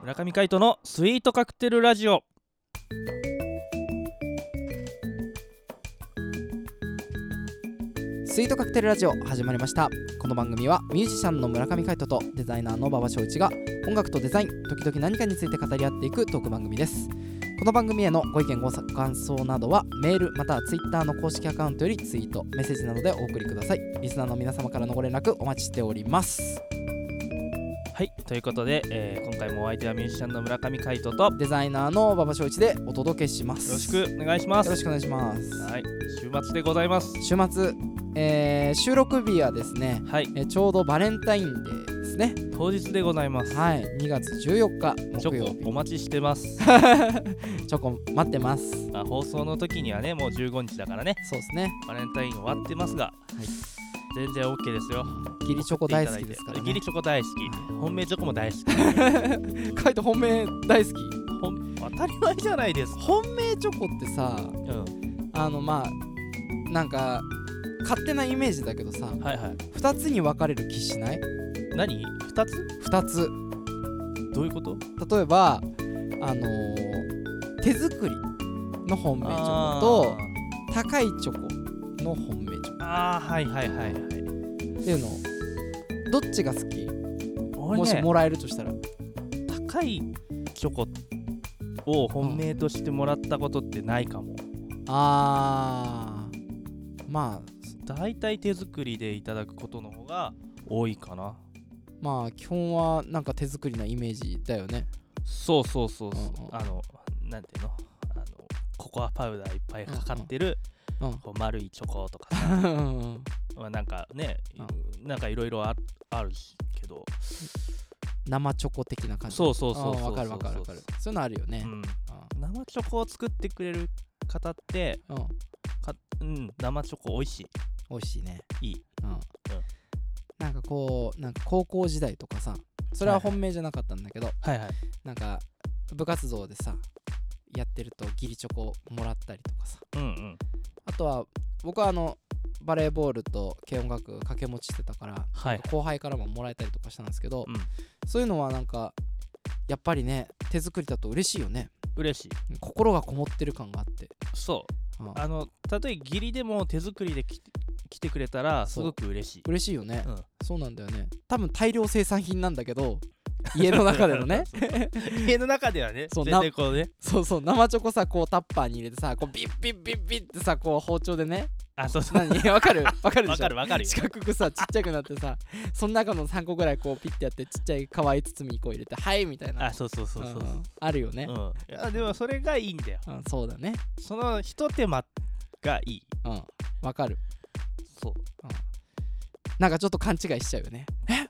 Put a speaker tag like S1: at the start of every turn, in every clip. S1: 村上海人のスイートカクテルラジオ
S2: スイートカクテルラジオ始まりましたこの番組はミュージシャンの村上海人とデザイナーの馬場翔一が音楽とデザイン時々何かについて語り合っていくトーク番組ですこの番組へのご意見ご感想などはメールまたはツイッターの公式アカウントよりツイートメッセージなどでお送りくださいリスナーの皆様からのご連絡お待ちしております
S1: はいということで、えー今回もお相手はミュージシャンの村上海人とよ
S2: デザイナーの馬場翔一でお届けします
S1: ろしくお願いしま
S2: よ
S1: す
S2: ろしくお願いします
S1: はい週末でございます
S2: 週末、えー収録日はですね、
S1: はい
S2: えーちょうどバレンタインデーですね
S1: 当日でございます
S2: はい2月14日
S1: チ
S2: 木
S1: ョ
S2: 曜
S1: コ
S2: 日
S1: お待ちして ます
S2: チョコ待ってます
S1: あ放送の時にはねもう15日だからね
S2: そうですね
S1: バレンタイン終わってますが、
S2: い
S1: 全然 OK ですよ
S2: ギリチョコ大好きですから
S1: ギリ
S2: ね
S1: チョコ大好き、本命チョコも大好き
S2: カイト本命大好き
S1: 本当たり前じゃないですか
S2: 本命チョコってさ
S1: うん
S2: あのまあなんか勝手なイメージだけどさ
S1: はいはい
S2: 2つに分かれる気しない
S1: 何2つ
S2: ?2 つ
S1: どういうこと
S2: 例えばあのー手作りの本命チョコと高いチョコの本命チョコ
S1: あーあーはいはいはいはい
S2: っていうのをどっちが好き
S1: 俺
S2: もし
S1: ね
S2: もらえるとしたら
S1: 高いチョコを本命としてもらったことってないかも、
S2: あーまあ
S1: だいたい手作りでいただくことの方が多いかな
S2: まあ基本はなんか手作りなイメージだよね
S1: そうそうそうそう、
S2: うんうん
S1: あのなんていうのあのココアパウダーいっぱいかかってる、
S2: うんうん
S1: こう丸いチョコとかさまあなんかね、なんかいろいろああるしけど、
S2: 生チョコ的な感じ
S1: そうそうそう
S2: あ
S1: そう
S2: ーわかるわかるわかるそういうのあるよね
S1: うん、生チョコを作ってくれる方って
S2: うん、うん、
S1: か、うん、生チョコ美味しい
S2: 美味しいね
S1: いい
S2: うん、なんかこうなんか高校時代とかさそれは本命じゃなかったんだけど、
S1: はいはい
S2: なんか部活動でさやってるとギリチョコもらったりとかさ
S1: うんうん
S2: あとは僕はあのバレーボールと軽音楽掛け持ちしてたから
S1: はい
S2: 後輩からももらえたりとかしたんですけど、
S1: うん
S2: そういうのはなんかやっぱりね手作りだと嬉しいよね
S1: 嬉しい
S2: 心がこもってる感があって、
S1: そう
S2: うん
S1: あのたとえ義理でも手作りでき来てくれたらす
S2: そう
S1: ごく嬉しい
S2: 嬉しいよね、
S1: うん
S2: そうなんだよね多分大量生産品なんだけど 家の中で のね
S1: 家の中ではね
S2: そう
S1: 全然こうね
S2: そうそう生チョコさこうタッパーに入れてさこうビッビッビッビッってさこう包丁でね
S1: あそうそう
S2: 何 わかるわかるで
S1: わ
S2: し
S1: か
S2: ょ
S1: るわかるよ
S2: 四角くさちっちゃくなってさその中の3個ぐらいこうピッてやってちっちゃい可愛い包みにこう入れてはいみたいな
S1: あそうそうそうそう
S2: うんあるよね
S1: う、んいやでもそれがいいんだよ
S2: うん、そうだね
S1: そのひと手間がいい
S2: うんわかる
S1: そう
S2: なんかちょっと勘違いしちゃうよねえ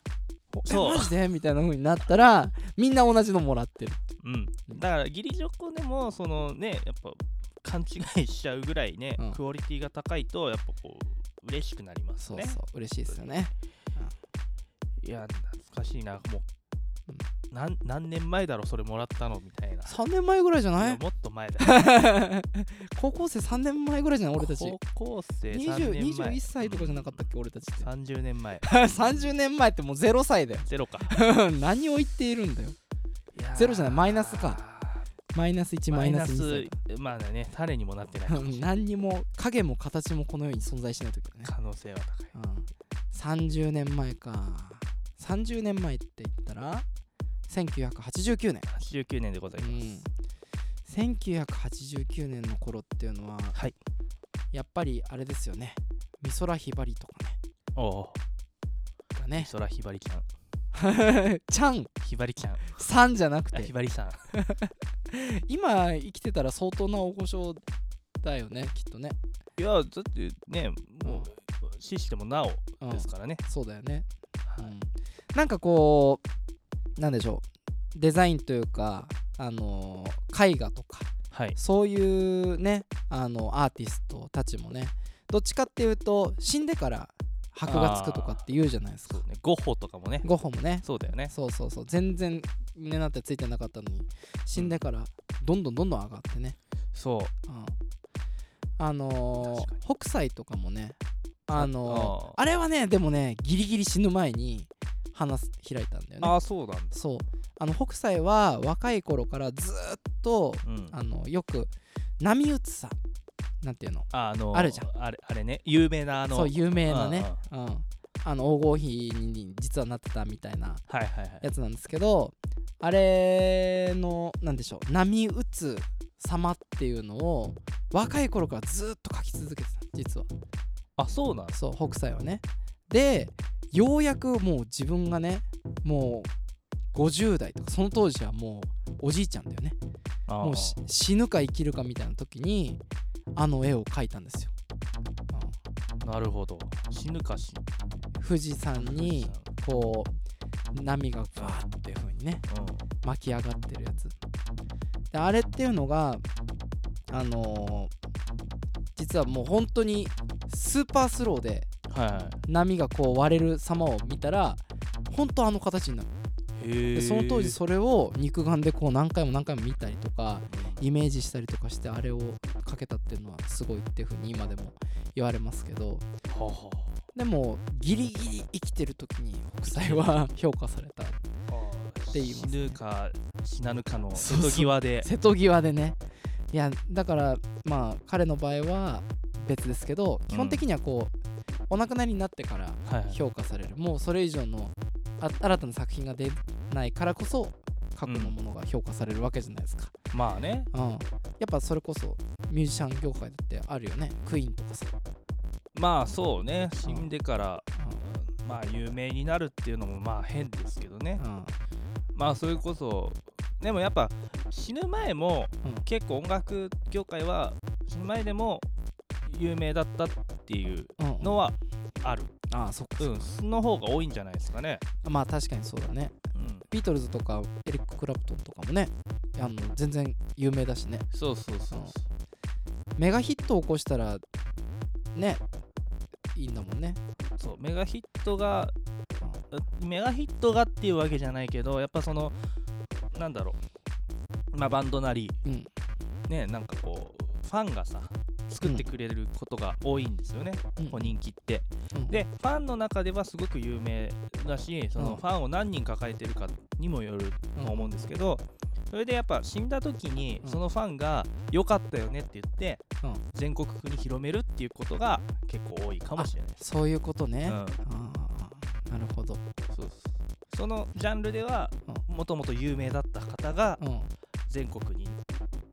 S1: そう
S2: マジでみたいな風になったらみんな同じのもらってる
S1: うんだから義理チョコでもそのねやっぱ勘違いしちゃうぐらいね、
S2: うん
S1: クオリティが高いとやっぱこう嬉しくなります
S2: そう
S1: ね
S2: そう嬉しいですよね
S1: いや懐かしいなもう、
S2: うん
S1: なん何年前だろそれもらったのみたいな
S2: 3年前ぐらいじゃない
S1: や
S2: い
S1: もっと前だよ
S2: 高校生3年前ぐらいじゃない俺たち
S1: 高校生3
S2: 20
S1: 年前
S2: 21歳とかじゃなかったっけ俺たちって
S1: 30年 前
S2: 30年前ってもう0歳だよ
S1: ゼロか
S2: 何を言っているんだよゼロじゃないマイナスかマイナス1
S1: マ
S2: マイ
S1: イ
S2: ナ
S1: ナ
S2: ス
S1: ス
S2: 2
S1: まあね種にもなって ないか
S2: 歳
S1: もしれない
S2: 何にも影も形もこの世に存在しない時だね
S1: 可能性は高い
S2: うん30年前か30年前って言ったら1989年、
S1: 89年でございうます、
S2: ん、1989年の頃っていうのは、
S1: はい
S2: やっぱりあれですよね美空ひばりとかね
S1: おお
S2: が ね
S1: そらひばりちゃん
S2: ちゃん
S1: ひばりちゃん
S2: さんじゃなく
S1: あ
S2: て
S1: ひばり さん
S2: 今生きてたら相当な大御所だよねきっとね、
S1: いやだってねも
S2: う
S1: う死してもなお
S2: うん
S1: ですからね、
S2: そうだよね、う
S1: はい
S2: ん、なんかこうなんでしょうデザインというかあの絵画とか
S1: はい
S2: そういうねあのアーティストたちもねどっちかっていうと死んでから箔がつくとかって言うじゃないですか
S1: そうねゴッホとかもね
S2: ゴッホもね
S1: そうだよね
S2: そうそうそう全然ねなってついてなかったのに死んでからどんどんどんどん上がってね、
S1: そう
S2: うん、あの
S1: 確
S2: ー北斎とかもねあのー
S1: あ
S2: あれはねでもねギリギリ死ぬ前に花す開いたんだよね
S1: あそうなんだ
S2: そうあの北斎は若い頃からずーっと
S1: うん
S2: あのよく波打つさなんていうの
S1: ああの
S2: あるじゃ
S1: んあれあれね有名なあの
S2: そう有名なね、うん、あの黄金比に実はなってたみたいな
S1: はいはいはい
S2: やつなんですけどあれのなんでしょう波打つ様っていうのを若い頃からずっと書き続けてた実は
S1: あそうなんです
S2: そう北斎はねでようやくもう自分がねもう50代とかその当時はもうおじいちゃんだよね
S1: あ
S2: もうし死ぬか生きるかみたいな時にあの絵を描いたんですよ、
S1: なるほど死ぬか死ぬ
S2: うん富士山にこう波がバーっていう風にね
S1: う
S2: 巻き上がってるやつであれっていうのがあのー実はもう本当にスーパースローで
S1: んは
S2: 波がこう割れる様を見たら本当あの形になる
S1: いへ
S2: で
S1: え
S2: その当時それを肉眼でこう何回も何回も見たりとかイメージしたりとかしてあれをかけたっていうのはすごいっていうふうに今でも言われますけど
S1: はは
S2: でもギリギリ生きてる時に国際は 評価されたって言います
S1: 死ぬか死なぬかの瀬
S2: そうそう
S1: 戸際で
S2: 瀬戸際でねいやだからまあ彼の場合は別ですけど基本的にはこう、お亡くなりになってから
S1: はいはい
S2: 評価されるもうそれ以上のあ新たな作品が出ないからこそ過去のものが評価されるわけじゃないですか、
S1: まあね
S2: うん、やっぱそれこそミュージシャン業界だってあるよねクイーンとかさ、
S1: まあそうね死んでからう
S2: うん
S1: んまあ有名になるっていうのもまあ変ですけどね
S2: うん
S1: まあそれこそでもやっぱ死ぬ前も
S2: うん
S1: 結構音楽業界は死ぬ前でも有名だったっていう
S2: うん
S1: のはある
S2: ああそっか、
S1: うんその方が多いんじゃないですかね
S2: まあ確かにそうだね
S1: うん
S2: ビートルズとかエリック・クラプトンとかもねあの全然有名だしね
S1: そうそうそうそう
S2: メガヒットを起こしたらねいいんだもんね
S1: そうメガヒットがメガヒットがっていうわけじゃないけどやっぱそのなんだろうまあバンドなり
S2: うん
S1: ねなんかこうファンがさ作ってくれることが多いんですよね、
S2: うん
S1: こう人気って
S2: うん
S1: でファンの中ではすごく有名だしそうの
S2: ん
S1: ファンを何人抱えてるかにもよると思うんですけどそれでやっぱ死んだ時に
S2: うん
S1: そのファンが「良かったよね」って言って
S2: うん
S1: 全国区に広めるっていうことが結構多いかもしれないです。
S2: そういうことね、
S1: うん
S2: ああなるほど
S1: そうですそのジャンルではもともと有名だった方が
S2: うん
S1: 全国に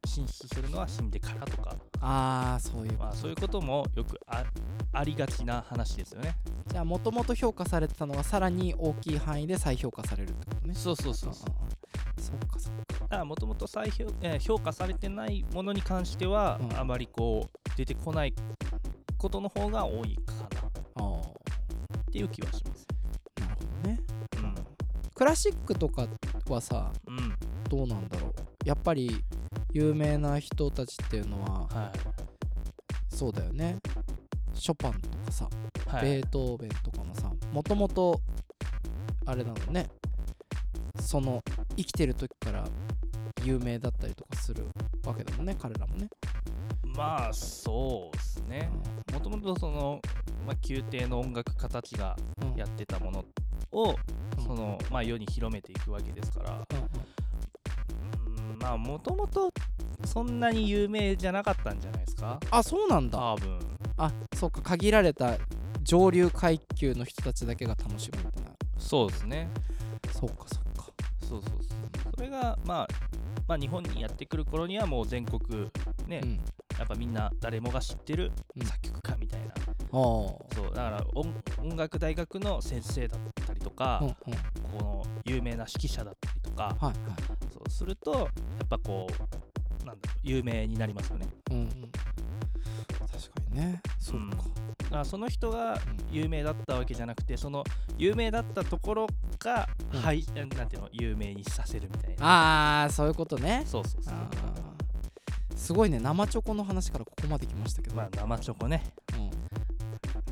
S1: 進出するのは死んでからとか、
S2: ああそういう
S1: まあ、そういうこともよくあありがちな話ですよね。
S2: じゃあもともと評価されてたのがさらに大きい範囲で再評価されるってことね
S1: そうそうそうそう
S2: ああそっかそっか
S1: だからもともと再評,、えー評価されてないものに関しては、
S2: うん
S1: あまりこう出てこないことの方が多いかなっ
S2: ああ
S1: ていう気はします。
S2: なるほどねクラシックとかはさ
S1: うん、うん、
S2: どうなんだろうやっぱり有名な人たちっていうのは
S1: はい、
S2: そうだよねショパンとかさ、
S1: はい、
S2: ベートーベンとかもさもともとあれなのねその生きてる時から有名だったりとかするわけだもんね彼らもね。
S1: まあそうですね。もともとその、まあ、宮廷の音楽家たちが
S2: うんうん
S1: やってたものを、
S2: うん
S1: そのまあ、世に広めていくわけですから、
S2: うんうん
S1: うん、まあもともとそんなに有名じゃなかったんじゃないですか
S2: あそうなんだ
S1: 多分
S2: あそうか限られた上流階級の人たちだけが楽しむみたいな
S1: そうですね
S2: そうかそうか
S1: そうそうそうそれが、まあ、まあ日本にやってくる頃にはもう全国ね、
S2: うん
S1: やっぱみんな誰もが知ってる
S2: うん
S1: 作曲家みたいな、
S2: あー
S1: そうだから音音楽大学の先生だったりとか、
S2: うんうん
S1: この有名な指揮者だったりとか、
S2: はいはい
S1: そうするとやっぱこうなんだろう有名になりますよね
S2: うんうん確かにねそうか、
S1: だからその人が
S2: うん
S1: 有名だったわけじゃなくてその有名だったところが、
S2: うん
S1: はいえなんていうの有名にさせるみたいな
S2: ああそういうことね
S1: そうそうそう
S2: あーすごいね生チョコの話からここまで来ましたけど、
S1: まあ生チョコね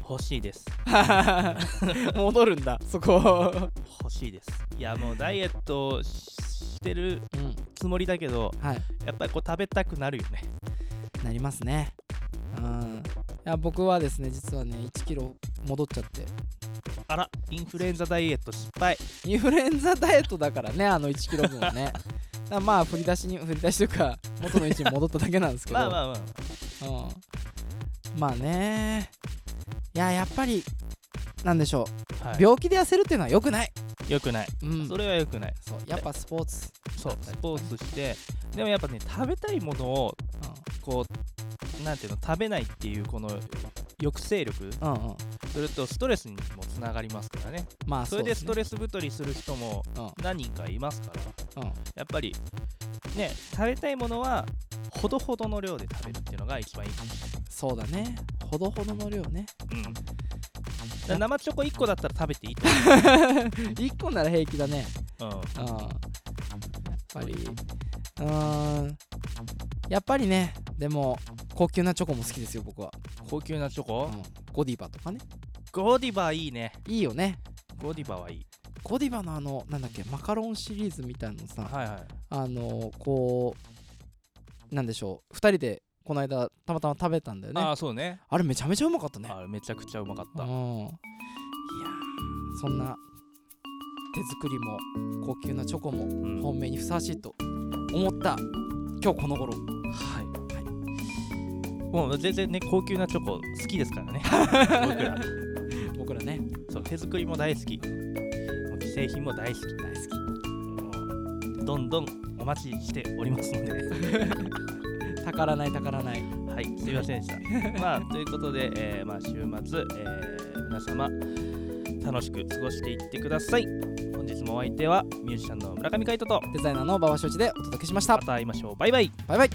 S1: 欲しいです
S2: うん 戻るんだそこ、
S1: 欲しいですいやもうダイエットをししてる
S2: うん、
S1: つもりだけど
S2: はい
S1: やっぱりこう食べたくなるよね
S2: なりますねうんや僕はですね実はね1キロ戻っちゃって
S1: あらインフルエンザダイエット失敗
S2: インフルエンザダイエットだからねあの1キロ分は ねだからまあ振り出しに振り出しというか元の位置に戻っただけなんですけど
S1: まあまあまあ
S2: うん、まあねいややっぱりなんでしょう、
S1: はい、
S2: 病気で痩せるっていうのは良くない、
S1: よくない、
S2: うん、
S1: それはよくない
S2: そうやっぱスポーツ、
S1: そうスポーツしてでもやっぱね食べたいものをこうなんていうの食べないっていうこの抑制力
S2: うん、うんうん
S1: それとストレスにもつながりますからね
S2: まあ
S1: それでスト
S2: レ
S1: レス太りする人も
S2: うん
S1: 何人かいますから
S2: うん
S1: やっぱりね食べたいものはほどほどの量で食べるっていうのが一番いい、
S2: そうだねほどほどの量ね
S1: うん、だから生チョコ1個だったら食べていいと
S2: 1個なら平気だね
S1: 思う、
S2: うんやっぱりうーんやっぱりねでも高級なチョコも好きですよ僕は、
S1: うん、高級なチョ
S2: う
S1: コ、
S2: ん、ゴディバとかね
S1: ゴディバいいね
S2: いいよね
S1: ゴディバはいい
S2: ゴディバのあのなんだっけマカロンシリーズみたいのさ、
S1: はいはい
S2: あのこうなんでしょう2人でこの間たまたま食べたんだよね
S1: あ
S2: あ
S1: あそうね
S2: れめちゃめちゃうまかったね
S1: あーめちゃくちゃうまかっ
S2: う
S1: た、
S2: んいやーそんな手作りも高級なチョコも
S1: うん
S2: 本命にふさわしいと思った今日この頃
S1: はい、もう全然ね高級なチョコ好きです からね僕ら
S2: 僕らね
S1: そう手作りも大好きもう既製品も大好き
S2: 大好
S1: もうどんどんお待ちしておりますので
S2: きたからないたからない
S1: はいすいませんで したまあということで、えーまあ、週末、えー皆様楽しく過ごしていってください本日もお相手はミュージシャンの村上海人と
S2: デザイナーの馬場所一でお届けしまし
S1: ま
S2: た
S1: た会いましょうバイバイ
S2: バイバイ